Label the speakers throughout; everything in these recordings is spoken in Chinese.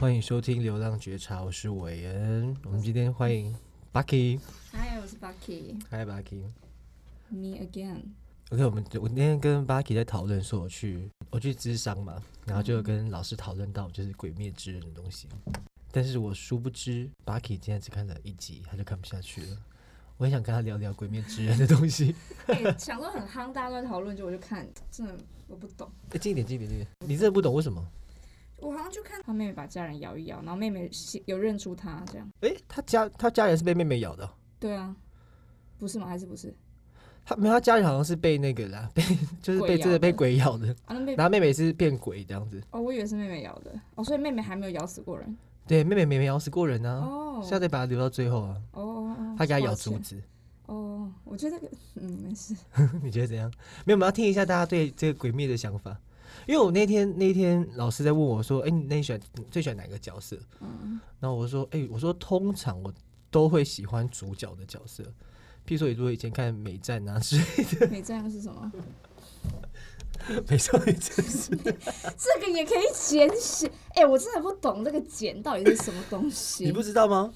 Speaker 1: 欢迎收听《流浪觉察》，我是韦恩。我们今天欢迎 Bucky，
Speaker 2: 嗨，我是 Bucky。
Speaker 1: 嗨 Bucky。
Speaker 2: Me again。
Speaker 1: OK，我们我那天跟 Bucky 在讨论说，我去我去智商嘛，然后就跟老师讨论到就是《鬼灭之刃》的东西，但是我殊不知 Bucky 今天只看了一集，他就看不下去了。我很想跟他聊聊《鬼灭之刃》的东西。
Speaker 2: 哎，想说很夯，大家都在讨论，就我就看，真的我不懂。
Speaker 1: 哎近一点，近一点，近一点。你真的不懂为什么？
Speaker 2: 我好像就看他妹妹把家人摇一摇，然后妹妹是有认出他这样。
Speaker 1: 哎、他家他家人是被妹妹咬的哦、
Speaker 2: 对啊，不是吗？还是不是？
Speaker 1: 他没有，他家人好像是被那个啦，被 就是
Speaker 2: 鬼
Speaker 1: 被真的
Speaker 2: 咬
Speaker 1: 被
Speaker 2: 的
Speaker 1: 鬼咬的，
Speaker 2: 啊，那妹
Speaker 1: 然后妹妹是变鬼这样子。
Speaker 2: 哦，我以为是妹妹咬的。哦，所以妹妹还没有咬死过人。
Speaker 1: 对，妹妹没没咬死过人啊，
Speaker 2: 哦
Speaker 1: 是要再把她留到最后啊。
Speaker 2: 哦哦哦，
Speaker 1: 她给她咬
Speaker 2: 抱歉
Speaker 1: 竹子，
Speaker 2: 哦，我觉得这个， 嗯，没事。
Speaker 1: 你觉得怎样？没有，我们要听一下大家对这个鬼灭的想法。因为我那天那天老师在问我说：“哎、你那你喜欢最喜欢哪个角色
Speaker 2: 嗯，？”
Speaker 1: 然后我说：“哎、我说通常我都会喜欢主角的角色，譬如说，如果以前看美战啊， 是
Speaker 2: 美战又是什么？
Speaker 1: 美少女战士，
Speaker 2: 这个也可以简写。哎，我真的不懂这个简到底是什么东西。
Speaker 1: 你不知道吗？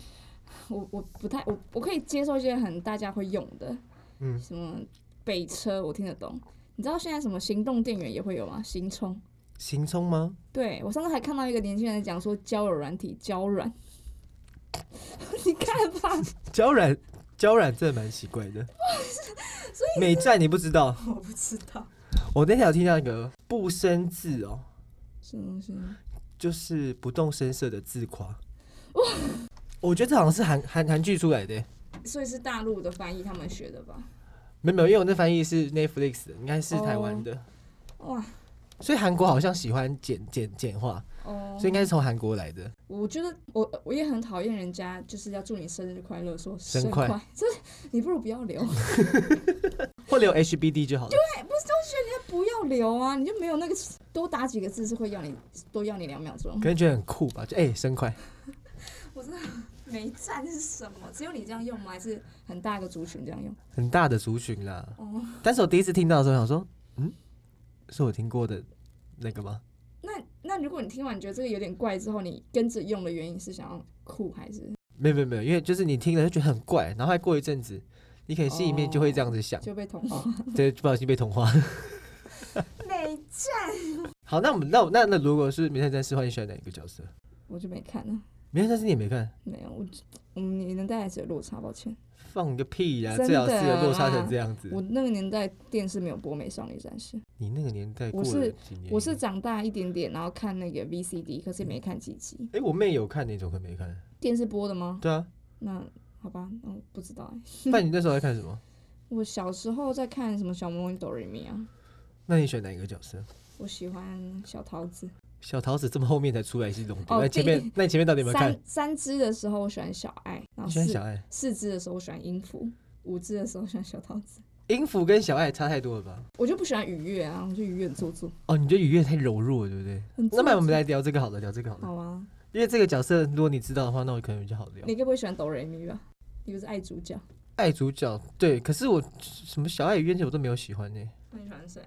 Speaker 2: 我我不太我我可以接受一些很大家会用的，
Speaker 1: 嗯
Speaker 2: 什么北车我听得懂，你知道现在什么行动电源也会有吗？行充。
Speaker 1: 行冲吗？
Speaker 2: 对我上次还看到一个年轻人讲说交友软体交软， 你看吧，
Speaker 1: 娇染娇染真的蛮奇怪的。美战你不知道？
Speaker 2: 我不知道
Speaker 1: 我那天有听到一个不生字哦，
Speaker 2: 什么东西，
Speaker 1: 就是不动声色的自夸。我觉得这好像是韩韩韩剧出来的欸耶，
Speaker 2: 所以是大陆的翻译他们学的吧？
Speaker 1: 没有没有，因为我那翻译是 Netflix 的，应该是台湾的，
Speaker 2: 哇
Speaker 1: 所以韩国好像喜欢简简简化，
Speaker 2: 哦
Speaker 1: 所以，应该是从韩国来的。
Speaker 2: 我觉得我我也很讨厌人家就是要祝你生日快乐说
Speaker 1: 生
Speaker 2: 生
Speaker 1: 快
Speaker 2: 快， 这你不如不要留。
Speaker 1: 或留 HBD 就好了。
Speaker 2: 不要留啊，你就没有那个多打几个字是会要你多要你两秒钟。
Speaker 1: 可能觉得很酷吧，就哎、生快，
Speaker 2: 我真的没站是什么？只有你这样用吗？还是很大一个族群这样用？
Speaker 1: 很大的族群啦。
Speaker 2: 哦，
Speaker 1: 但是我第一次听到的时候，想说，嗯，是我听过的那个吗？
Speaker 2: 那那如果你听完觉得这个有点怪之后，你跟着用的原因是想要酷还是
Speaker 1: 没有没有没有，因为就是你听了就觉得很怪，然后还过一阵子，你可能心里面就会这样子想，
Speaker 2: 就被同化？
Speaker 1: 对，不小心被同化。
Speaker 2: 没，
Speaker 1: 好，那我们那我那那如果是《名探侦士》的话，你喜欢哪一个角色？《
Speaker 2: 我就没看了，
Speaker 1: 名探侦士》你也没看，
Speaker 2: 没有我我们年代还是有落差，抱歉。
Speaker 1: 放个屁呀、
Speaker 2: 真
Speaker 1: 最
Speaker 2: 的
Speaker 1: 好
Speaker 2: 啊
Speaker 1: 是有落差成这样子
Speaker 2: 我。那个年代电视没有播《美少女战士》，
Speaker 1: 你那个年代过
Speaker 2: 我
Speaker 1: 了
Speaker 2: 是
Speaker 1: 几年？
Speaker 2: 我是长大一点点，然后看那个 VCD，可是也没看几集。
Speaker 1: 哎、我妹有看，你怎么可能没看？
Speaker 2: 电视播的吗？
Speaker 1: 对啊，
Speaker 2: 那好吧，那我不知道哎、
Speaker 1: 那你那时候在看什么？
Speaker 2: 我小时候在看什么《小魔女哆瑞咪》啊，
Speaker 1: 那你选哪一个角色？
Speaker 2: 我喜欢小桃子。
Speaker 1: 小桃子这么后面才出来是一种，
Speaker 2: 哦
Speaker 1: 那前面
Speaker 2: 第
Speaker 1: 那你前面到底有没有看
Speaker 2: 三？三只的时候我喜欢小爱，然
Speaker 1: 你
Speaker 2: 后
Speaker 1: 喜欢
Speaker 2: 四
Speaker 1: 小爱？
Speaker 2: 四只的时候我喜欢音符，五只的时候我喜欢小桃子。
Speaker 1: 音符跟小爱差太多了吧？
Speaker 2: 我就不喜欢愉悦啊，我就愉悦很做作。
Speaker 1: 哦，你觉得愉悦太柔弱了，对不对？
Speaker 2: 很做
Speaker 1: 那么我们
Speaker 2: 作
Speaker 1: 来聊这个好了，聊这个好了。
Speaker 2: 好啊，
Speaker 1: 因为这个角色，如果你知道的话，那我可能比较好聊。
Speaker 2: 你该不会喜欢哆瑞咪吧？你不是爱主角？
Speaker 1: 爱主角对，可是我什么小爱与冤情我都没有喜欢呢、
Speaker 2: 那你喜欢谁？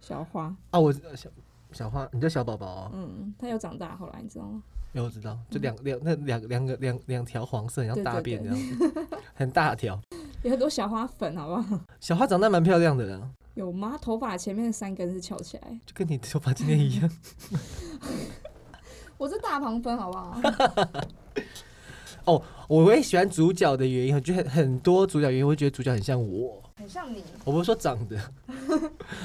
Speaker 2: 小花，
Speaker 1: 啊，我知道小小花，你叫小宝宝哦，
Speaker 2: 嗯，她有长大后来，你知道吗？
Speaker 1: 有、我知道，就两两那两两个两两条黄色，很像
Speaker 2: 对对
Speaker 1: 大便这
Speaker 2: 对
Speaker 1: 样子，很大条。
Speaker 2: 有很多小花粉，好不好？
Speaker 1: 小花长得蛮漂亮的啦，
Speaker 2: 有吗？头发前面的三根是翘起来，
Speaker 1: 就跟你头发今天一样。
Speaker 2: 我是大旁分，好不 好？
Speaker 1: 我会喜欢主角的原因，我觉得很多主角原因，我会觉得主角很像我。
Speaker 2: 很像你
Speaker 1: 我不是说长 得，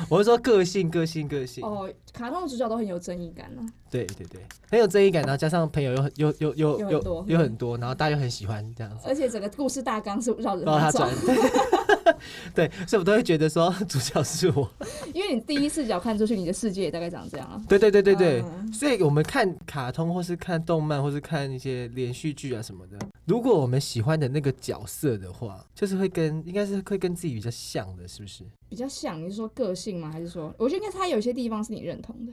Speaker 1: 我是说个性，个性，个性。
Speaker 2: 哦。卡通的主角都很有正义感啊。
Speaker 1: 对对对，很有正义感，然后加上朋友又很又又又
Speaker 2: 有很
Speaker 1: 又
Speaker 2: 多
Speaker 1: 又很多，然后大家又很喜欢这样子，
Speaker 2: 而且整个故事大纲是绕着
Speaker 1: 然后他
Speaker 2: 他
Speaker 1: 转
Speaker 2: 转，，
Speaker 1: 对，所以我都会觉得说主角是我，
Speaker 2: 因为你第一视角看出去，你的世界也大概长这样啊。
Speaker 1: 对对对对对，
Speaker 2: 嗯
Speaker 1: 所以我们看卡通或是看动漫或是看一些连续剧啊什么的，如果我们喜欢的那个角色的话，就是会跟应该是会跟自己比较像的，是不是？
Speaker 2: 比较像。你是说个性吗？还是说，我觉得应该他有些地方是你认同的，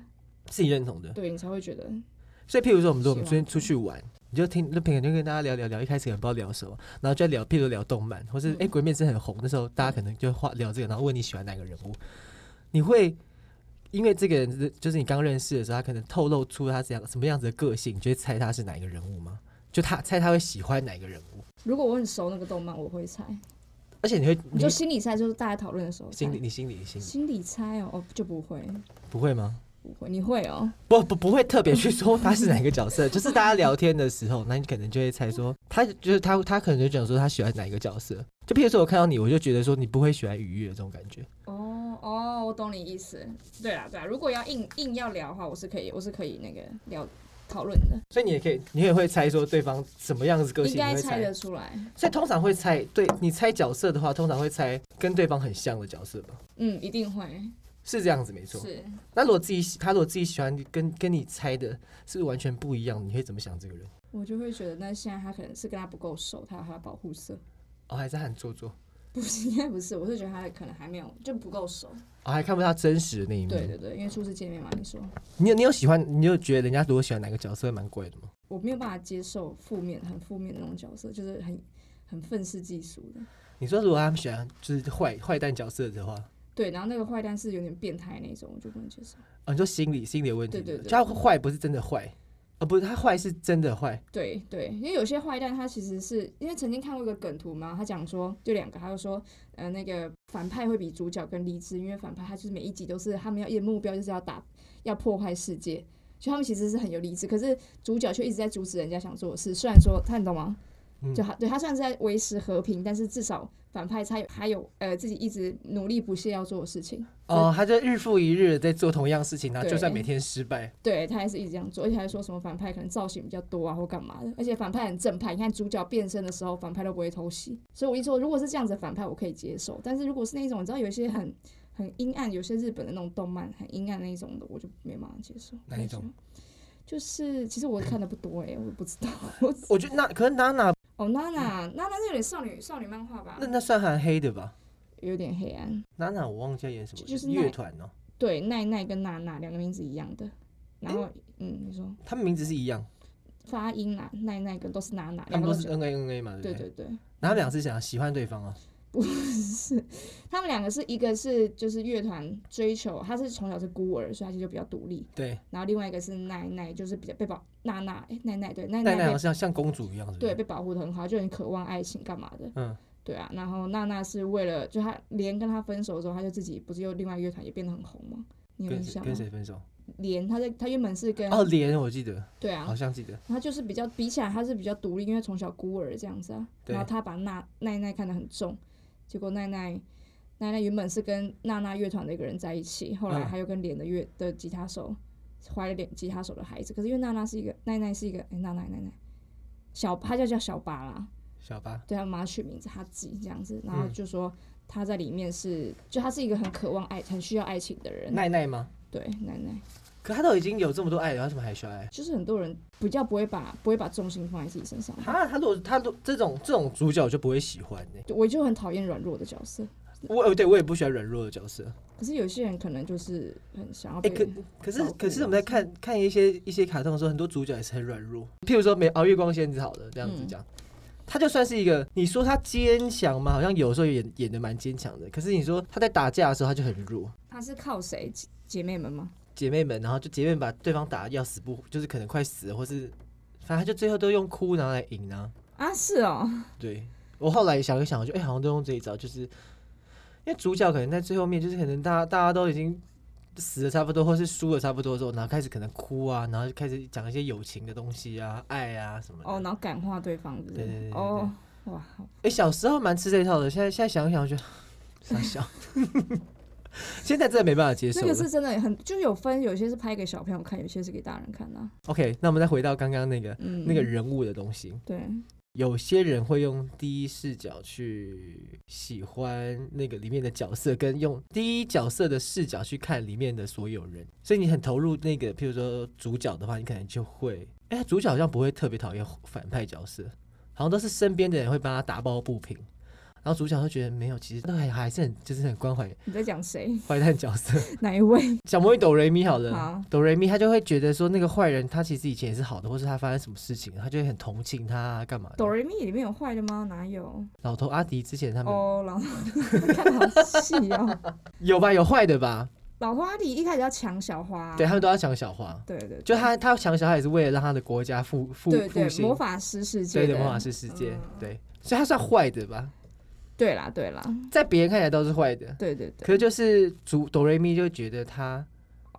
Speaker 1: 自己认同的。
Speaker 2: 对你才会觉得
Speaker 1: 所以，譬如说，我们说我们
Speaker 2: 喜欢
Speaker 1: 昨天出去玩，
Speaker 2: 嗯
Speaker 1: 你就听那朋友就跟大家聊聊聊，一开始可能不知道聊什么，然后就在聊，譬如聊动漫，或是
Speaker 2: 嗯
Speaker 1: 哎、诶鬼灭之刃》很红，那时候大家可能就话聊这个，然后问你喜欢哪个人物，你会因为这个人是就是你刚认识的时候，他可能透露出他怎样什么样子的个性，你就会猜他是哪一个人物吗？就他猜他会喜欢哪一个人物，
Speaker 2: 如果我很熟那个动漫，我会猜。
Speaker 1: 而且你会
Speaker 2: 你
Speaker 1: 你
Speaker 2: 就心理猜，就是大家讨论的时候猜
Speaker 1: 心里你心里你心里
Speaker 2: 心理猜哦，哦就不会
Speaker 1: 不会吗？
Speaker 2: 不会，你会哦。
Speaker 1: 不不不会特别去说他是哪个角色， 就是大家聊天的时候，那你可能就会猜说他就是他他可能就讲说他喜欢哪一个角色。就譬如说我看到你，我就觉得说你不会喜欢愉悦这种感觉。
Speaker 2: 哦哦，我懂你意思。对啦对啦，如果要硬硬要聊的话，我是可以，我是可以那个聊讨论的，
Speaker 1: 所以你也可以，你也会猜说对方什么样子个性，
Speaker 2: 应
Speaker 1: 你
Speaker 2: 该
Speaker 1: 会
Speaker 2: 猜
Speaker 1: 猜。
Speaker 2: 得出来。
Speaker 1: 所以通常会猜，对你猜角色的话，通常会猜跟对方很像的角色吧？
Speaker 2: 嗯，一定会
Speaker 1: 是这样子没错。
Speaker 2: 是。
Speaker 1: 那如果自己喜他如果自己喜欢跟跟你猜的是不是完全不一样，你会怎么想这个人？
Speaker 2: 我就会觉得，那现在他可能是跟他不够熟，他有他的保护色。
Speaker 1: 哦，还是他很做作，
Speaker 2: 不是，应该不是，我是觉得他可能还没有就不够熟。
Speaker 1: 哦，还看不到他真实的那一面。
Speaker 2: 对对对，因为初次见面嘛，你说
Speaker 1: 你有你有喜欢，你有觉得人家如果喜欢哪个角色蛮怪的吗？
Speaker 2: 我没有办法接受负面、很负面的那种角色，就是很很愤世嫉俗的。
Speaker 1: 你说如果他们喜欢就是坏坏蛋角色的话，
Speaker 2: 对，然后那个坏蛋是有点变态那种，我就不能接受。
Speaker 1: 哦，你说心理心理的问题，
Speaker 2: 对对对
Speaker 1: 就他坏不是真的坏，哦，不是他坏是真的坏，
Speaker 2: 对对，因为有些坏蛋他其实是因为曾经看过一个梗图嘛，他讲说就两个，他就说呃那个反派会比主角更励志，因为反派他就是每一集都是他们要一目标就是要打要破坏世界，就他们其实是很有励志，可是主角却一直在阻止人家想做的事。虽然说他你懂吗？
Speaker 1: 嗯
Speaker 2: 就他对他虽然是在维持和平，但是至少反派他有还有呃自己一直努力不懈要做的事情，
Speaker 1: 哦，他就日复一日地在做同样事情，然后就算
Speaker 2: 对
Speaker 1: 每天失败，
Speaker 2: 对他还是一直这样做，而且还说什么反派可能造型比较多啊，或干嘛的。而且反派很正派，你看主角变身的时候，反派都不会偷袭。所以我一说，如果是这样子的反派，我可以接受。但是如果是那种你知道有一些很很阴暗，有些日本的那种动漫很阴暗那一种的，我就没办法接受。
Speaker 1: 哪一种？
Speaker 2: 就是其实我看的不多哎、我也不知道。 我只
Speaker 1: 我觉得那可是娜娜
Speaker 2: 哦，娜娜，娜娜是有点少女少女漫画吧
Speaker 1: 那，那算很黑的吧？
Speaker 2: 有点黑暗。
Speaker 1: 娜娜我忘记她演什么
Speaker 2: 就是
Speaker 1: 乐
Speaker 2: 奈
Speaker 1: 团哦，
Speaker 2: 对，奈奈跟娜娜两个名字一样的，然后、嗯，你说
Speaker 1: 他们名字是一样，
Speaker 2: 发音啦，奈奈跟都是娜娜，
Speaker 1: 他
Speaker 2: 两
Speaker 1: 们
Speaker 2: 个
Speaker 1: 都
Speaker 2: 都
Speaker 1: 是 N A N A 嘛，对不
Speaker 2: 对对对。
Speaker 1: 然后他们俩是想喜欢对方啊，
Speaker 2: 他们两个是一个是就是乐团追求，他是从小是孤儿，所以他其实就比较独立。
Speaker 1: 对，
Speaker 2: 然后另外一个是奈奈，就是比较被保娜娜，哎、奈奈对奈
Speaker 1: 奈
Speaker 2: 奈
Speaker 1: 奈
Speaker 2: 被
Speaker 1: 好像像公主一样，是不
Speaker 2: 对
Speaker 1: 是？
Speaker 2: 被保护的很好，就很渴望爱情干嘛的，
Speaker 1: 嗯，
Speaker 2: 对啊。然后娜娜是为了就她连跟他分手之后，她就自己不是又另外一个乐团也变得很红吗？你有
Speaker 1: 跟
Speaker 2: 印
Speaker 1: 谁
Speaker 2: 象
Speaker 1: 跟
Speaker 2: 吗？啊
Speaker 1: 谁分手？
Speaker 2: 连她在她原本是跟、
Speaker 1: 哦，莲我记得，
Speaker 2: 对啊
Speaker 1: 好，像记得，
Speaker 2: 她就是比较比起来她是比较独立，因为从小孤儿这样子啊。
Speaker 1: 对
Speaker 2: 然后他把娜奈奈看得很重，结果奈奈奈奈原本是跟娜娜乐团的一个人在一起，后来
Speaker 1: 嗯
Speaker 2: 他又跟脸的乐的吉他手怀了脸吉他手的孩子，可是因为娜娜是一个奈奈是一个哎娜娜奈奈小他就叫小巴啦，
Speaker 1: 小巴，
Speaker 2: 对他妈取名字他自己这样子，然后
Speaker 1: 嗯
Speaker 2: 就说。他在里面是，就他是一个很渴望爱、很需要爱情的人。
Speaker 1: 奈奈吗？
Speaker 2: 对，奶奶
Speaker 1: 可他都已经有这么多爱了，他怎么还需要爱？
Speaker 2: 就是很多人比较不会把不会把重心放在自己身上。
Speaker 1: 他他如果他都这种这种主角我就不会喜欢呢、
Speaker 2: 我就很讨厌软弱的角色，
Speaker 1: 我呃对我也不喜欢软弱的角色。
Speaker 2: 可是有些人可能就是很想要
Speaker 1: 哎、
Speaker 2: 被、
Speaker 1: 可可是
Speaker 2: 照顾
Speaker 1: 可是我们在看看一些一些卡通的时候，很多主角也是很软弱。譬如说美熬月光仙子好了，这样子讲，他就算是一个你说他坚强嘛，好像有时候演演的蛮坚强的。可是你说他在打架的时候他就很弱，
Speaker 2: 她是靠谁？姐姐妹们吗？
Speaker 1: 姐妹们，然后就姐妹们把对方打得要死不活，就是可能快死了，或是反正他就最后都用哭然后来赢啊。
Speaker 2: 啊，是哦，
Speaker 1: 对我后来想一想，我就哎、好像都用这一招，就是因为主角可能在最后面，就是可能大家大家都已经死的差不多，或是输的差不多之后，然后开始可能哭啊，然后就开始讲一些友情的东西啊、爱啊什么的。
Speaker 2: 哦，然后感化对方，是不
Speaker 1: 对对对
Speaker 2: 是
Speaker 1: 对？
Speaker 2: 哦，哇，好
Speaker 1: 哎、小时候蛮吃这一套的，现在现在想一想，我觉得傻笑。 现在真的没办法接受
Speaker 2: 这
Speaker 1: 了
Speaker 2: 个。是真的很，就有分，有些是拍给小朋友看，有些是给大人看的啊。
Speaker 1: OK，那我们再回到刚刚那个、
Speaker 2: 嗯，
Speaker 1: 那个人物的东西。
Speaker 2: 对，
Speaker 1: 有些人会用第一视角去喜欢那个里面的角色，跟用第一角色的视角去看里面的所有人，所以你很投入那个，譬如说主角的话，你可能就会，哎、主角好像不会特别讨厌反派角色，好像都是身边的人会帮他打抱不平，然后主角会觉得没有，其实都还还是很就是很关怀
Speaker 2: 你在讲谁？
Speaker 1: 坏蛋角色，
Speaker 2: 哪一位？
Speaker 1: 小魔女哆瑞咪好了，
Speaker 2: 好
Speaker 1: 哆瑞咪他就会觉得说那个坏人他其实以前也是好的，或是他发生什么事情，他就会很同情他啊干嘛的。
Speaker 2: 哆瑞咪里面有坏的吗？哪有？
Speaker 1: 老 头阿迪之前他们
Speaker 2: 哦，然后看好戏哦。
Speaker 1: 有吧，有坏的吧？
Speaker 2: 老花里一开始要抢小花，
Speaker 1: 对他们都要抢小花，
Speaker 2: 对对，
Speaker 1: 就他他抢小花也是为了让他的国家复复
Speaker 2: 对对
Speaker 1: 复兴
Speaker 2: 魔，法师世界
Speaker 1: 对
Speaker 2: 的，
Speaker 1: 对魔法师世界
Speaker 2: 嗯，
Speaker 1: 对，所以他算坏的吧，
Speaker 2: 对啦对啦，
Speaker 1: 在别人看起来都是坏的，
Speaker 2: 对对
Speaker 1: 可
Speaker 2: 对，
Speaker 1: 是就是主哆瑞咪就觉得他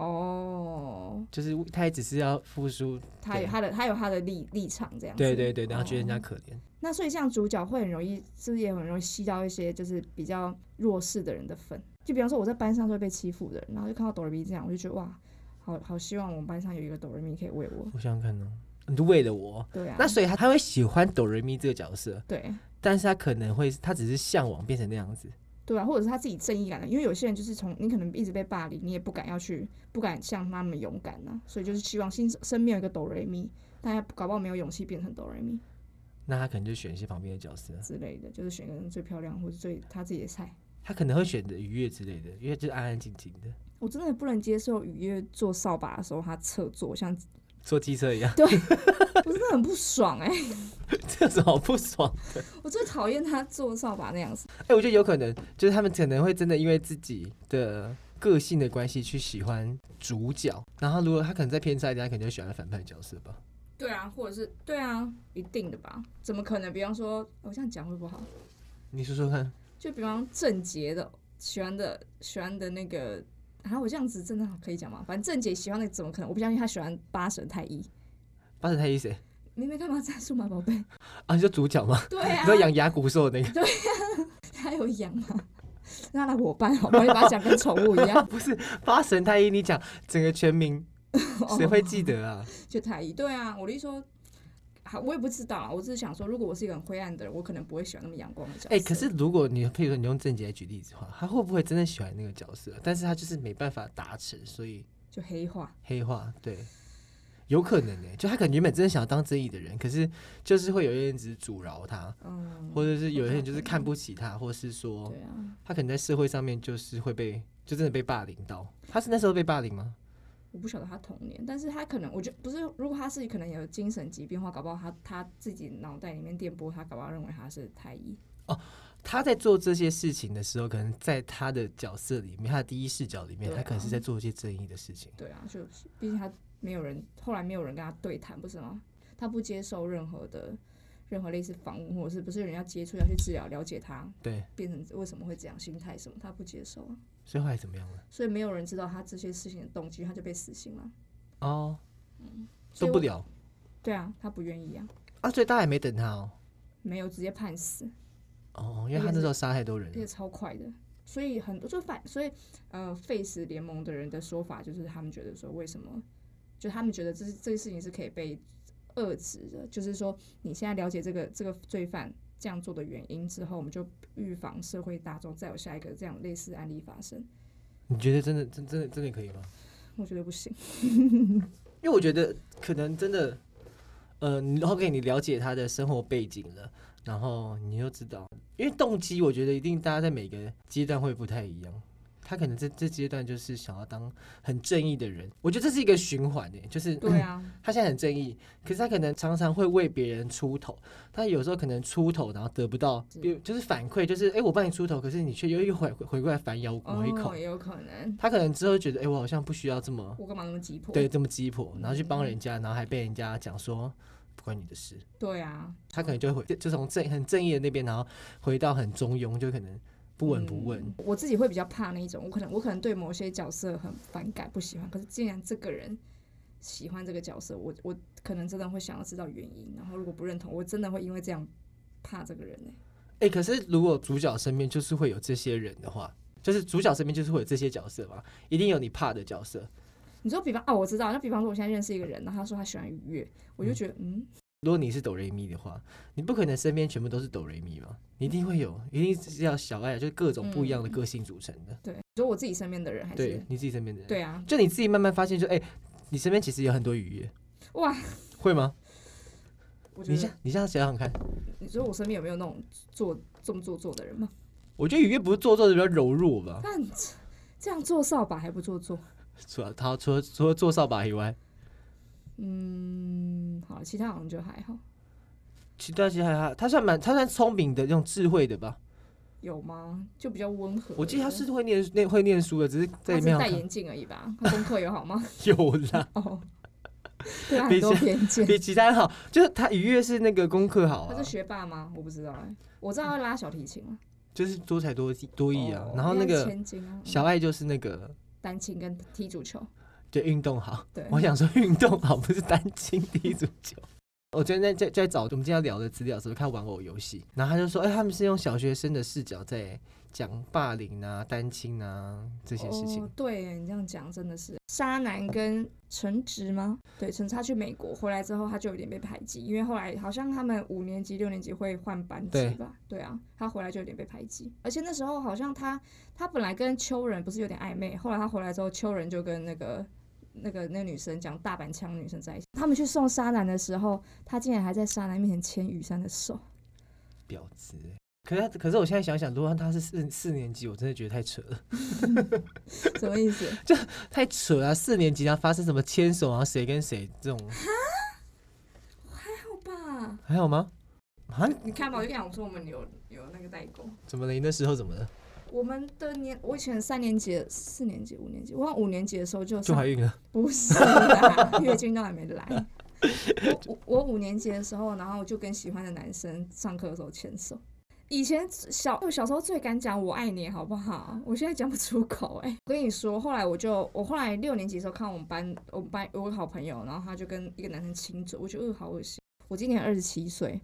Speaker 2: 哦，
Speaker 1: 就是他也只是要复苏，
Speaker 2: 他有他的他有他的立立场这样子，
Speaker 1: 对对对，然后觉得人
Speaker 2: 哦
Speaker 1: 家可怜，
Speaker 2: 那所以像主角会很容易，是不是也很容易吸到一些就是比较弱势的人的粉？就比方说我在班上都会被欺负的人，然后就看到哆瑞咪这样，我就觉得哇，好好希望我们班上有一个哆瑞咪可以为我。
Speaker 1: 我想想看哦，你就为了我，
Speaker 2: 对啊，
Speaker 1: 那所以他他会喜欢哆瑞咪这个角色，
Speaker 2: 对
Speaker 1: 但是他可能会他只是向往变成那样子，
Speaker 2: 对啊，或者是他自己正义感的，因为有些人就是从你可能一直被霸凌，你也不敢要去，不敢像他们勇敢呐、啊所以就是希望心身边有一个哆瑞咪，但他搞不好没有勇气变成哆瑞咪
Speaker 1: 那他可能就选一些旁边的角色，
Speaker 2: 之类的，就是选个人最漂亮或者最他自己的菜。
Speaker 1: 他可能会选择愉悦之类的，因为就是安安静静的，
Speaker 2: 我真的不能接受雨夜做扫把的时候他侧坐，像
Speaker 1: 坐机车一样，
Speaker 2: 我真的很不爽哎、
Speaker 1: 这有什么好不爽？
Speaker 2: 我最讨厌他做扫把那样子。
Speaker 1: 哎、我觉得有可能就是他们可能会真的因为自己的个性的关系去喜欢主角，然后如果他可能再偏差一点，他可能就喜欢反派角色吧。
Speaker 2: 对啊，或者是对啊，一定的吧？怎么可能？比方说，我这样讲会不好？
Speaker 1: 你说说看，
Speaker 2: 就比方郑杰的喜欢的喜欢的那个，啊，我这样子真的可以讲吗？反正郑杰喜欢的怎么可能？我不相信他喜欢八神太一。
Speaker 1: 八神太一谁
Speaker 2: 你没看吗？战术吗，宝贝？
Speaker 1: 啊？你说主角吗？
Speaker 2: 对
Speaker 1: 你
Speaker 2: 啊
Speaker 1: 说，养牙骨兽的那个？
Speaker 2: 他有养吗？ 让他来我班好不好？你把他讲跟宠物一样
Speaker 1: ，不是八神太一，你讲整个全名谁会记得啊？
Speaker 2: 就太一。对啊，我的意思说，好，我也不知道啊。我只是想说，如果我是一个很灰暗的人，我可能不会喜欢那么阳光的角色。
Speaker 1: 哎、可是如果你譬如说你用正杰来举例子的话，他会不会真的喜欢那个角色？但是他就是没办法达成，所以
Speaker 2: 就黑化。
Speaker 1: 黑化，对，有可能呢、欸就他可能原本真的想当正义的人，可是就是会有一些人只是阻挠他，
Speaker 2: 嗯，
Speaker 1: 或者是有些人就是看不起他，或是说
Speaker 2: 对啊，
Speaker 1: 他可能在社会上面就是会被就真的被霸凌到。他是那时候被霸凌吗？
Speaker 2: 我不晓得他童年，但是他可能，我觉得不是，如果他是可能有精神疾病的话，搞不好他他自己脑袋里面电波，他搞不好认为他是太医。
Speaker 1: 他在做这些事情的时候，可能在他的角色里面，他的第一视角里面，
Speaker 2: 对啊
Speaker 1: 他可能是在做一些正义的事情。
Speaker 2: 对啊，就是毕竟他没有人，后来没有人跟他对谈，不是吗？他不接受任何的任何类似访问，或者是不是有人要接触要去治疗了解他
Speaker 1: 对，
Speaker 2: 变成为什么会这样心态什么，他不接受啊，
Speaker 1: 所以后来怎么样了？
Speaker 2: 所以没有人知道他这些事情的动机，他就被死刑了。
Speaker 1: 哦，
Speaker 2: 所
Speaker 1: 受
Speaker 2: 以
Speaker 1: 不
Speaker 2: 我。
Speaker 1: 了
Speaker 2: 对啊，他不愿意啊，
Speaker 1: 啊！所以大家也没等他哦。
Speaker 2: 没有直接判死。
Speaker 1: 哦，因为他那时候杀太多人
Speaker 2: 而且
Speaker 1: 了。
Speaker 2: 超快的。所以很多就反，所以呃，Face 联盟的人的说法就是，他们觉得说，为什么？就他们觉得这是这个事情是可以被遏制的，就是说你现在了解这个这个罪犯这样做的原因之后，我们就预防社会大众再有下一个这样类似案例发生。
Speaker 1: 你觉得真的真真的真的可以吗？
Speaker 2: 我觉得不 行，
Speaker 1: 因为我觉得可能真的，呃，你 OK，你了解他的生活背景了，然后你就知道，因为动机，我觉得一定大家在每个阶段会不太一样。他可能这这阶段就是想要当很正义的人，我觉得这是一个循环诶、就是
Speaker 2: 对啊，
Speaker 1: 他现在很正义，可是他可能常常会为别人出头，他有时候可能出头，然后得不到，
Speaker 2: 是
Speaker 1: 比如就是反馈，就是哎、诶我帮你出头，可是你却又又回回过来反咬我一口
Speaker 2: 哦，，也有可能，
Speaker 1: 他可能之后觉得哎、诶我好像不需要这么
Speaker 2: 我干嘛那么急迫？
Speaker 1: 对，这么鸡婆，然后去
Speaker 2: 嗯
Speaker 1: 帮人家，然后还被人家讲说不关你的事，
Speaker 2: 对啊，
Speaker 1: 他可能就会就就从正很正义的那边，然后回到很中庸，就可能不闻不问。
Speaker 2: 嗯我自己会比较怕那一种，我可能我可能对某些角色很反感，不喜欢。可是既然这个人喜欢这个角色，我我可能真的会想要知道原因。然后如果不认同，我真的会因为这样怕这个人呢、
Speaker 1: 哎、可是如果主角身边就是会有这些人的话，就是主角身边就是会有这些角色嘛，一定有你怕的角色。
Speaker 2: 你说比方啊，我知道，那比方说我现在认识一个人，然后他说他喜欢愉悦，我就觉得嗯
Speaker 1: 如果你是哆瑞咪的话，你不可能身边全部都是哆瑞咪嘛，你一定会有，一定是要小爱，就是各种不一样的
Speaker 2: 嗯
Speaker 1: 个性组成的。
Speaker 2: 对。你说我自己身边的人还
Speaker 1: 对
Speaker 2: 是
Speaker 1: 你自己身边的人，，
Speaker 2: 对啊，
Speaker 1: 就你自己慢慢发现就，哎，你身边其实有很多愉悦，
Speaker 2: 哇，
Speaker 1: 会吗？
Speaker 2: 我觉
Speaker 1: 你现
Speaker 2: 得
Speaker 1: 你现在想想看，
Speaker 2: 你说我身边有没有那种做这么做作的人吗？
Speaker 1: 我觉得雨月不是做作的比较柔弱吧？
Speaker 2: 但这样做扫把还不做作，
Speaker 1: 除了他除了除了做扫把以外，
Speaker 2: 嗯，好，其他好像就还好。
Speaker 1: 其他其实还好，他算蛮他算聪明的，用智慧的吧？
Speaker 2: 有吗？就比较温和。
Speaker 1: 我记得他是会念那会念书的，只是
Speaker 2: 他
Speaker 1: 在里
Speaker 2: 是
Speaker 1: 面好
Speaker 2: 戴
Speaker 1: 看
Speaker 2: 眼镜而已吧？他功课有好吗？
Speaker 1: 有啦，
Speaker 2: 哦，对他
Speaker 1: 比
Speaker 2: 很多
Speaker 1: 起
Speaker 2: 偏见。
Speaker 1: 比其他人好，就是他愉悦是那个功课好
Speaker 2: 他
Speaker 1: 啊
Speaker 2: 是，学霸吗？我不知道哎、我知道他会拉小提琴啊。
Speaker 1: 就是多才多艺多艺啊
Speaker 2: 哦。
Speaker 1: 然后那
Speaker 2: 因为他是
Speaker 1: 个
Speaker 2: 千金啊，
Speaker 1: 小爱就是那个
Speaker 2: 单亲跟踢足球，
Speaker 1: 对运动好，
Speaker 2: 对，
Speaker 1: 我想说运动好不是单亲踢足球。 我昨天在在在找我们今天要聊的资料的时候，看玩偶游戏，然后他就说，哎、他们是用小学生的视角在讲霸凌啊、单亲啊这些事情。
Speaker 2: 哦、对耶你这样讲真的是沙男跟陈植吗？对，陈植他去美国回来之后，他就有点被排挤，因为后来好像他们五年级、六年级会换班级
Speaker 1: 对
Speaker 2: 吧？对啊，他回来就有点被排挤，而且那时候好像他他本来跟秋人不是有点暧昧，后来他回来之后，秋人就跟那个。那个那个女生讲大阪腔女生在一起，他们去送沙男的时候，他竟然还在沙男面前牵雨山的手，
Speaker 1: 婊子欸。可是他，可是我现在想想，如果他是四四年级，我真的觉得太扯了，
Speaker 2: 什么意思？
Speaker 1: 太扯了啊、四年级然后发生什么牵手啊，然后谁跟谁这种，
Speaker 2: 好吧，
Speaker 1: 还好吗？啊，
Speaker 2: 你看吧，我就跟你讲说我们有有那个代沟。
Speaker 1: 怎么了？你那时候怎么了？
Speaker 2: 我们的年，我以前三年级、四年级、五年级，我好像五年级的时候就
Speaker 1: 就
Speaker 2: 上
Speaker 1: 怀孕了？
Speaker 2: 不是啦，月经都还没来。我我我五年级的时候，然后就跟喜欢的男生上课的时候牵手。以前小我小时候最敢讲我爱你，好不好？我现在讲不出口哎、我跟你说，后来我就我后来六年级的时候看我们班我们班有个好朋友，然后他就跟一个男生亲嘴，我觉得呃好恶心。我今年二十七岁，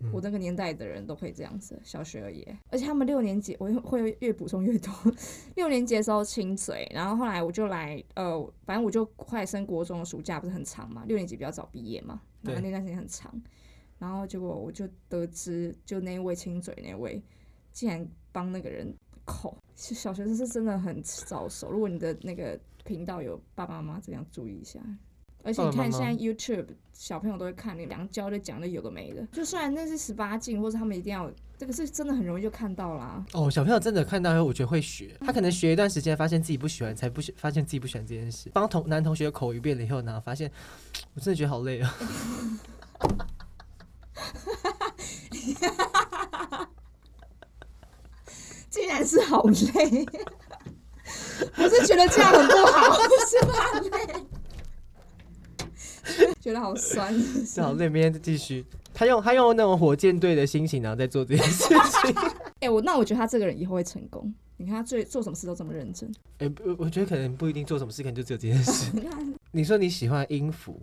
Speaker 1: 嗯
Speaker 2: 我那个年代的人都会这样子，小学而已。而且他们六年级，我会越补充越多。六年级的时候亲嘴，然后后来我就来，呃，反正我就快升国中的暑假不是很长嘛，六年级比较早毕业嘛，然后
Speaker 1: 对
Speaker 2: 那段时间很长。然后结果我就得知，就那一位亲嘴那位，竟然帮那个人口，其实小学生是真的很早熟。如果你的那个频道有爸爸妈妈，这样注意一下。而且你
Speaker 1: 爸爸妈
Speaker 2: 看，
Speaker 1: 妈
Speaker 2: 现在 YouTube 小朋友都会看，你两教的讲的有个没的。就虽然那是十八禁，或者他们一定要，这个是真的很容易就看到啦。
Speaker 1: 哦，小朋友真的看到以后，我觉得会学。
Speaker 2: 嗯
Speaker 1: 他可能学一段时间，发现自己不喜欢，才不喜发现自己不喜欢这件事。帮同男同学口语变了以后，然后发现，我真的觉得好累啊。
Speaker 2: 竟然是好累， 我是觉得这样很不好，是怕累， 觉得好酸，是不是
Speaker 1: 是好累，明天再继续。他用他用那种火箭队的心情，然后在做这件事情。
Speaker 2: 哎、我那我觉得他这个人以后会成功。你看他最做什么事都这么认真，
Speaker 1: 哎、不我觉得可能不一定做什么事，可能就只有这件事。
Speaker 2: 你看
Speaker 1: 你说你喜欢音符，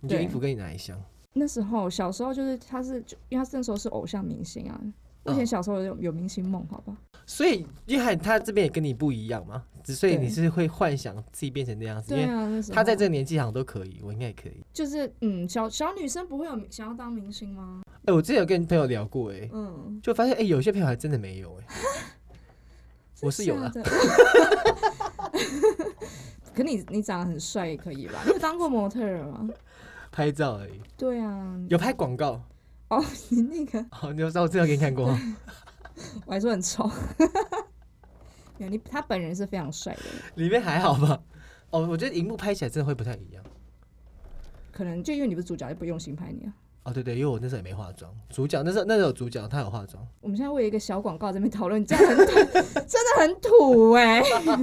Speaker 1: 你觉得
Speaker 2: 对
Speaker 1: 音符跟你哪一项？
Speaker 2: 那时候小时候就是他是，就因为他那时候是偶像明星啊。我以前小时候有有明星梦，好吧？
Speaker 1: 所以约翰他这边也跟你不一样嘛，只所以
Speaker 2: 对
Speaker 1: 你是会幻想自己变成那样子，因
Speaker 2: 对
Speaker 1: 为
Speaker 2: 啊，那时候
Speaker 1: 他在这个年纪好像都可以，我应该也可以。
Speaker 2: 就是嗯，小小女生不会有想要当明星吗？
Speaker 1: 哎、我之前有跟朋友聊过、哎，
Speaker 2: 嗯，
Speaker 1: 就发现哎、有些朋友还真的没有、哎，我是有
Speaker 2: 假
Speaker 1: 啦。
Speaker 2: 的。啊 可你你长得很帅也可以吧？你有当过模特儿吗？
Speaker 1: 拍照而已，
Speaker 2: 对啊，
Speaker 1: 有拍广告。
Speaker 2: 哦，你那个
Speaker 1: 哦，你有照我资料给你看过 吗？
Speaker 2: 我还说很丑。 没有你他本人是非常帅的，
Speaker 1: 里面还好吧？哦，我觉得荧幕拍起来真的会不太一样。
Speaker 2: 可能就因为你不是主角，就不用心拍你啊。
Speaker 1: 哦，对对，因为我那时候也没化妆，主角那时候那时候有主角，他有化妆。
Speaker 2: 我们现在为一个小广告在那边讨论，你这样很 真的很土哎、 你这样跟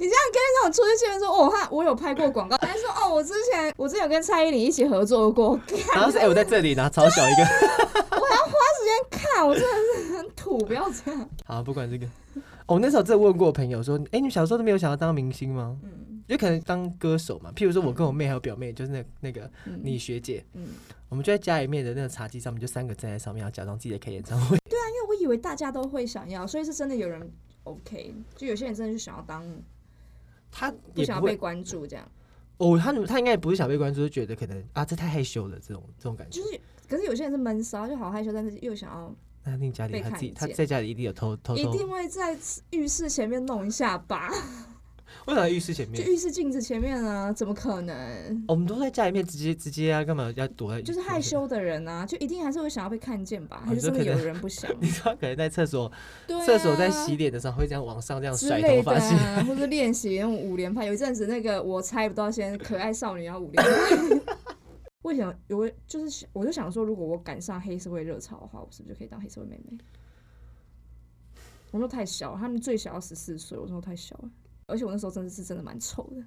Speaker 2: 那种出去见面说，哦，他我有拍过广告，还说哦，我之前我之前有跟蔡依林一起合作过，
Speaker 1: 然后是哎、我在这里，然后超小一个。
Speaker 2: 看我真的是很土，不要这样。
Speaker 1: 好，不管这个。哦，那时候真的问过朋友说，哎、你小时候都没有想要当明星吗？
Speaker 2: 嗯
Speaker 1: 就可能当歌手嘛。譬如说，我跟我妹还有表妹，就是那那个
Speaker 2: 嗯，
Speaker 1: 你学姐，
Speaker 2: 嗯，
Speaker 1: 我们就在家里面的那个茶几上面，就三个站在上面，然后假装自己在开演唱会。
Speaker 2: 因为我以为大家都会想要，所以是真的有人 OK，就有些人真的就想要当，
Speaker 1: 他
Speaker 2: 不
Speaker 1: 也
Speaker 2: 想
Speaker 1: 不
Speaker 2: 要被
Speaker 1: 会
Speaker 2: 关注这样。
Speaker 1: 哦，他他应该也不是想被关注，就觉得可能啊，这太害羞了，这种这种感觉
Speaker 2: 就。是，可是有些人是闷骚，就好害羞，但是又想要，
Speaker 1: 那一定家里
Speaker 2: 被
Speaker 1: 他
Speaker 2: 看
Speaker 1: 自己，他
Speaker 2: 见
Speaker 1: 在家里一定有偷偷
Speaker 2: 一
Speaker 1: 偷。
Speaker 2: 定会在浴室前面弄一下吧，
Speaker 1: 为啥浴室前
Speaker 2: 就
Speaker 1: 面？哦
Speaker 2: 浴室镜子前面啊，怎么可能？
Speaker 1: 我们都在家里面直接直接啊，干嘛要躲在？
Speaker 2: 就是害。羞的人啊，就一定还是会想要被看见吧，
Speaker 1: 哦
Speaker 2: 还是真的
Speaker 1: 你说
Speaker 2: 有
Speaker 1: 可能
Speaker 2: 人不 想？
Speaker 1: 你知道，可能在厕所，
Speaker 2: 对、啊，
Speaker 1: 厕所在洗脸的时候会这样往上这样
Speaker 2: 之
Speaker 1: 甩
Speaker 2: 类
Speaker 1: 头
Speaker 2: 的、
Speaker 1: 发是。
Speaker 2: 啊，或者练习那种五连拍。有一阵子那个我猜不到，现在可爱少女要五连拍。我以前有，就是我就想说，如果我赶上黑社会热潮的话，我是不是就可以当黑社会妹妹？我说太小，他们最小要十四岁，我说太小了。而且我那时候真的是真的蛮丑的，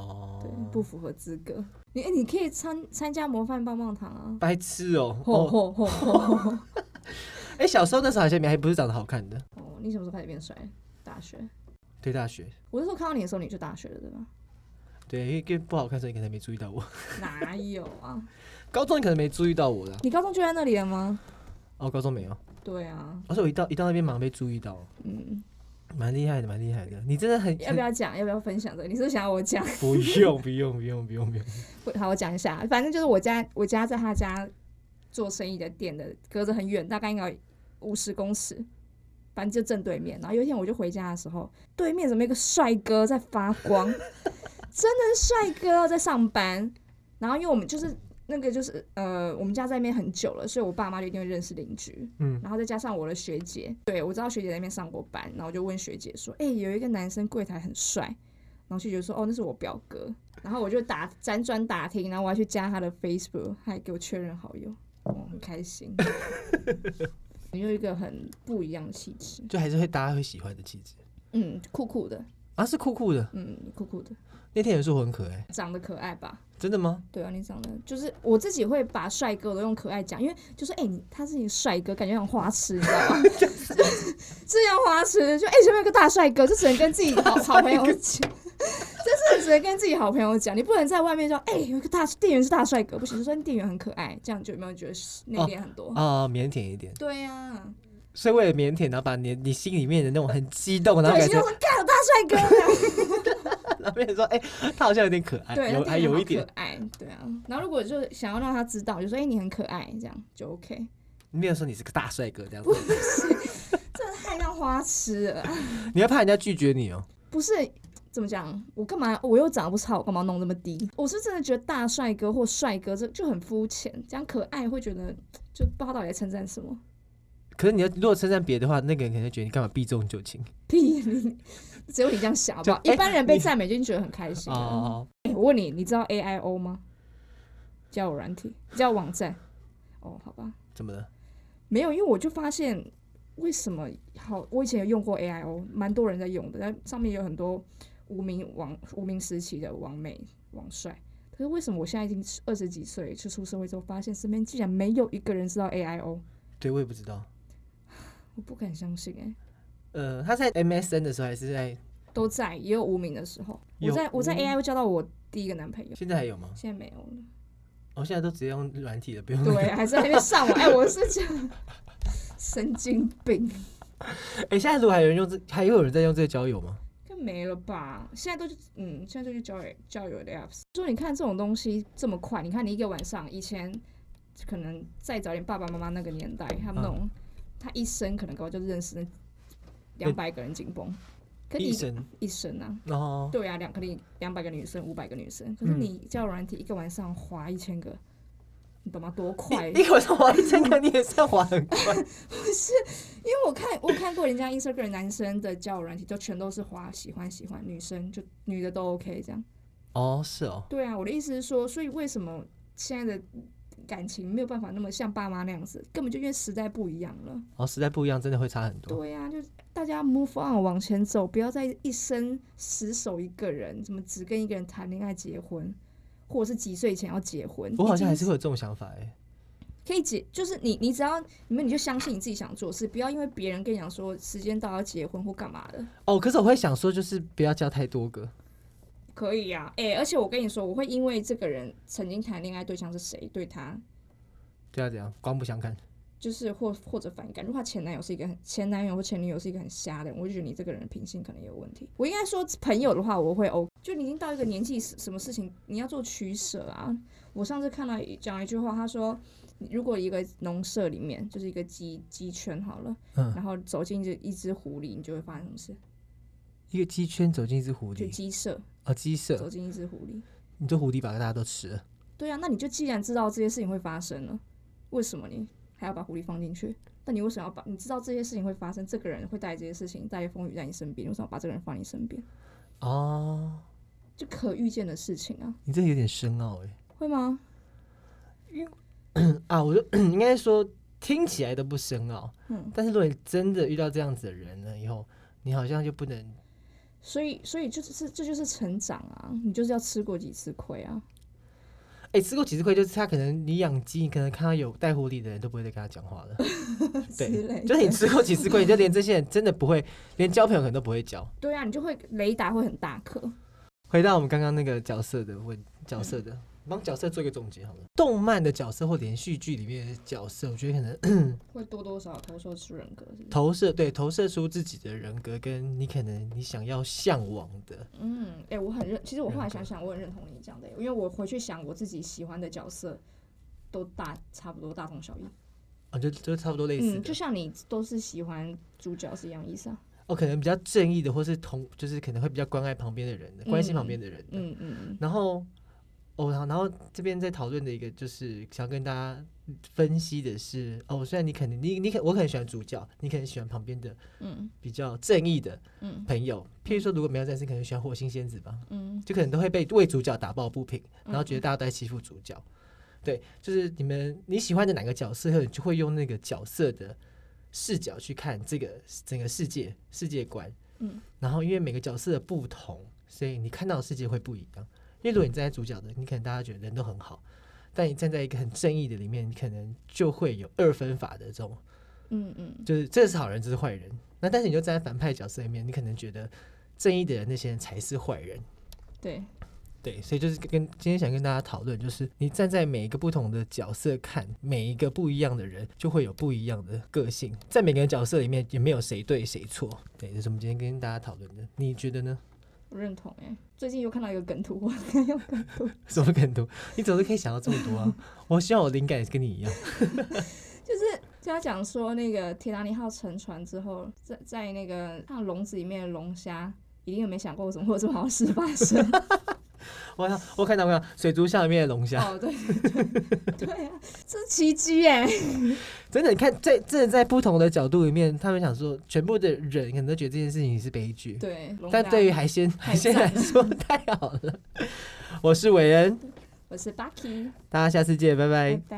Speaker 1: 哦，
Speaker 2: 对，不符合资格。你哎，你可以参参加模范棒棒糖啊！
Speaker 1: 白痴哦、
Speaker 2: 吼
Speaker 1: 哦，
Speaker 2: 吼吼吼吼！
Speaker 1: 哎、小时候那时候好像还不是长得好看的，
Speaker 2: 哦，你什么时候开始变帅？大学。
Speaker 1: 对大学，
Speaker 2: 我那时候看到你的时候，你就大学了，对吧？
Speaker 1: 对，因为因为不好看，所以你可能没注意到我。
Speaker 2: 哪有啊？
Speaker 1: 高中你可能没注意到我啦，
Speaker 2: 你高中就在那里了吗？
Speaker 1: 哦，高中没有，哦
Speaker 2: 对啊，
Speaker 1: 而且我一到一到那边马上被注意到，
Speaker 2: 嗯，
Speaker 1: 蛮厉害的，蛮厉害的。你真的很
Speaker 2: 要不要讲？要不要分享这个？你是不是想要我讲？
Speaker 1: 不用 不用不用不用不用，
Speaker 2: 我好，我讲一下。反正就是我家，我家在他家做生意的店的，隔着很远，大概应该五十公尺，反正就正对面。然后有一天我就回家的时候，对面怎么有一个帅哥在发光？ 真的是帅哥哦在上班。然后因为我们就是那个就是呃，我们家在那边很久了，所以我爸妈就一定会认识邻居。
Speaker 1: 嗯，
Speaker 2: 然后再加上我的学姐，对我知道学姐在那边上过班，然后我就问学姐说：“哎、有一个男生柜台很帅。”然后学姐说：“哦，那是我表哥。”然后我就打辗转打听，然后我还去加他的 Facebook，他还给我确认好友，我、很开心。你有一个很不一样的气质，
Speaker 1: 就还是会大家会喜欢的气质
Speaker 2: 嗯，酷酷的，
Speaker 1: 啊，是酷酷的。
Speaker 2: 嗯，酷酷的，
Speaker 1: 那天有人说我很可爱，
Speaker 2: 长得可爱吧？
Speaker 1: 真的吗？
Speaker 2: 对啊，你长得就是我自己会把帅哥都用可爱讲，因为就说哎、你他是你帅哥，感觉像花痴，你知道 吗？ 这样花痴，就哎、前面有个大帅哥，就只能跟自己好 好朋友讲，就是只能跟自己好朋友讲，你不能在外面说哎、有一个大店员是大帅哥，不行，就说哎店员很可爱，这样就有没有觉得内敛很多？
Speaker 1: 啊、腼腆一点，
Speaker 2: 对呀、啊，
Speaker 1: 所以为了腼腆，然后把你你心里面的那种很激动，然后
Speaker 2: 对，
Speaker 1: 感
Speaker 2: 心
Speaker 1: 觉
Speaker 2: 中说干有大帅哥 这样。
Speaker 1: 然后变成说，哎、他好像有点可爱，
Speaker 2: 对，
Speaker 1: 有
Speaker 2: 他真的
Speaker 1: 还有
Speaker 2: 好
Speaker 1: 一点
Speaker 2: 可，爱，对啊。然后如果就是想要让他知道，就说哎、你很可爱，这样就 OK。
Speaker 1: 没有说你是个大帅哥这样 子，
Speaker 2: 真的太像花痴了，
Speaker 1: 你要怕人家拒绝你哦、
Speaker 2: 不是。怎么讲？我干嘛？我又长得不差，我干嘛弄那么低？我是真的觉得大帅哥或帅哥这就很肤浅，这样可爱会觉得就不知道到底在称赞什么。
Speaker 1: 可是你要如果称赞别的话，那个人可能会觉得你干嘛避重就轻
Speaker 2: 屁！你只有你这样想好不好？
Speaker 1: 就哎
Speaker 2: 一般人被赞美就已经觉得很开心了。
Speaker 1: 哦。
Speaker 2: 哎我问你，你知道 A I O 吗？交友软体，交友网站。哦，好吧，
Speaker 1: 怎么了？
Speaker 2: 没有，因为我就发现为什么好，我以前有用过 AIO，蛮多人在用的，但上面有很多无名网无名时期的网美网帅。可是为什么我现在已经二十几岁，去出社会之后，发现身边竟然没有一个人知道 AIO？
Speaker 1: 对我也不知道。
Speaker 2: 我不敢相信哎、
Speaker 1: 呃，他在 MSN 的时候还是在，
Speaker 2: 都在也有无名的时候。我
Speaker 1: 有
Speaker 2: 在我在
Speaker 1: 无名
Speaker 2: AIO 交到我第一个男朋友，
Speaker 1: 现在还有吗？
Speaker 2: 现在没有了。
Speaker 1: 我、现在都直接用软体了，不用那个。
Speaker 2: 对，还在那边上网。哎、我是这样，神经病，
Speaker 1: 哎、现在如果还有人用这，还有人在用这个交友吗？
Speaker 2: 应该没了吧？现在都去，嗯，现在都去交友交友的 apps。说你看这种东西这么快，你看你一个晚上，以前可能再早点爸爸妈妈那个年代，他们那
Speaker 1: 嗯
Speaker 2: 种、他一生可能搞就认识两百个人紧绷，可你
Speaker 1: 医生，
Speaker 2: 一生啊，
Speaker 1: 然后
Speaker 2: 对啊，两个你两百个女生，五百个女生，可是
Speaker 1: 嗯
Speaker 2: 你交友软体一个晚上划一千个，你懂吗？多快！
Speaker 1: 你 我上滑一千个，你也是要滑很快。
Speaker 2: 因为我看我看过人家 Instagram 男生的交友软体，就全都是滑喜欢喜欢女生，就女的都 OK 这样。
Speaker 1: 哦，是哦，
Speaker 2: 对啊，我的意思是说，所以为什么现在的感情没有办法那么像爸妈那样子，根本就因为时代不一样了。
Speaker 1: 哦，时代不一样，真的会差很多。
Speaker 2: 对啊，就大家 move on 往前走，不要再一生死守一个人，怎么只跟一个人谈恋爱、结婚，或者是几岁以前要结婚。
Speaker 1: 我好像还
Speaker 2: 已经
Speaker 1: 是会有这种想法哎、
Speaker 2: 可以结，就是你你只要你们你就相信你自己想做的事，不要因为别人跟你讲说时间到要结婚或干嘛的。
Speaker 1: 哦，可是我会想说，就是不要交太多个。
Speaker 2: 可以呀、啊，哎、而且我跟你说，我会因为这个人曾经谈恋爱对象是谁，对他
Speaker 1: 对啊，怎样？刮目相看。
Speaker 2: 就是或或者反感。如果他前男友是一个很前男友或前女友是一个很瞎的人，我就觉得你这个人的品性可能有问题。我应该说朋友的话，我会 O，就你已经到一个年纪，什什么事情你要做取舍啊。我上次看到一讲一句话，他说，如果一个农舍里面就是一个鸡鸡圈好了，
Speaker 1: 嗯
Speaker 2: 然后走进这一只狐狸，你就会发生什么事？
Speaker 1: 一个鸡圈走进一只狐
Speaker 2: 就
Speaker 1: 狸，
Speaker 2: 鸡舍
Speaker 1: 哦，鸡
Speaker 2: 走
Speaker 1: 舍，
Speaker 2: 进一只狐狸。
Speaker 1: 你这狐狸把大家都吃了。
Speaker 2: 对啊，那你就既然知道这些事情会发生了，为什么你还要把狐狸放进去？那你为什么要把你知道这些事情会发生，这个人会带这些事情，带风雨在你身边，你为什么要把这个人放你身边？
Speaker 1: 哦，
Speaker 2: 就可预见的事情啊，
Speaker 1: 你欸这有点深奥哎、
Speaker 2: 会吗？
Speaker 1: 啊，我就 应该说，听起来都不深奥。
Speaker 2: 嗯，
Speaker 1: 但是如果你真的遇到这样子的人了以后，你好像就不能
Speaker 2: 所以所以就是这就是成长啊，你就是要吃过几次亏啊。
Speaker 1: 哎、吃过几次亏，就是他可能你养鸡，你可能看到有带狐狸的人都不会再跟他讲话了。
Speaker 2: 之类
Speaker 1: 对，
Speaker 2: 的
Speaker 1: 就是你吃过几次亏，你就连这些人真的不会，连交朋友可能都不会交。
Speaker 2: 对啊，你就会雷达会很大颗。
Speaker 1: 回到我们刚刚那个角色的问，角色的，帮角色做一个总结好了。动漫的角色或连续剧里面的角色，我觉得可能
Speaker 2: 会多多少少投射出人格是不是
Speaker 1: 投射对投射出自己的人格，跟你可能你想要向往的。
Speaker 2: 嗯，哎、我很认，其实我后来
Speaker 1: 人格
Speaker 2: 想想，我很认同你讲的，因为我回去想我自己喜欢的角色，都大差不多大同小异。
Speaker 1: 啊，就就差不多类似
Speaker 2: 嗯，
Speaker 1: 的
Speaker 2: 就，像你都是喜欢主角是一样意思啊。
Speaker 1: 哦，可能比较正义的，或是同，就是可能会比较关爱旁边的人的，关心旁边的人的。
Speaker 2: 嗯嗯嗯，
Speaker 1: 然后，哦，然后然后这边在讨论的一个就是想跟大家分析的是，哦，虽然你可能你你可我可能喜欢主角，你可能喜欢旁边的
Speaker 2: 嗯
Speaker 1: 比较正义的
Speaker 2: 嗯
Speaker 1: 朋友，譬如说如果没有战士，可能喜欢火星仙子吧，
Speaker 2: 嗯
Speaker 1: 就可能都会被为主角打抱不平，然后觉得
Speaker 2: 嗯
Speaker 1: 大家都在欺负主角。对，就是你们你喜欢的哪个角色，你就会用那个角色的视角去看这个整个世界世界观。
Speaker 2: 嗯，
Speaker 1: 然后因为每个角色的不同，所以你看到的世界会不一样。因为如果你站在主角的，你可能大家觉得人都很好，但你站在一个很正义的里面，你可能就会有二分法的这种，
Speaker 2: 嗯嗯
Speaker 1: 就是这是好人，这是坏人。那但是你就站在反派角色里面，你可能觉得正义的人那些人才是坏人。
Speaker 2: 对，
Speaker 1: 对，所以就是跟今天想跟大家讨论，就是你站在每一个不同的角色看，每一个不一样的人，就会有不一样的个性，在每个人角色里面也没有谁对谁错。对，这是我们今天跟大家讨论的，你觉得呢？
Speaker 2: 我认同哎、最近又看到一个梗图，我 看到梗图，
Speaker 1: 什么更多？你总是可以想到这么多啊！我希望我灵感也是跟你一样。
Speaker 2: 就是就他讲说那个铁达尼号沉船之后，在在那个像笼子里面的龙虾，一定有没想过怎么会有这么好的事发 生？
Speaker 1: 我看我看到没有？水族箱里面的龙虾，
Speaker 2: 哦，对对对，对啊，这是奇迹哎、
Speaker 1: 真的，你看在真的在不同的角度里面，他们想说，全部的人可能都觉得这件事情是悲剧，
Speaker 2: 对，龙
Speaker 1: 但
Speaker 2: 虾
Speaker 1: 对于海鲜海
Speaker 2: 太
Speaker 1: 鲜来
Speaker 2: 赞
Speaker 1: 说 太好了。我是伟恩，
Speaker 2: 我是 Bucky，
Speaker 1: 大家下次见，拜拜哎
Speaker 2: 拜。拜。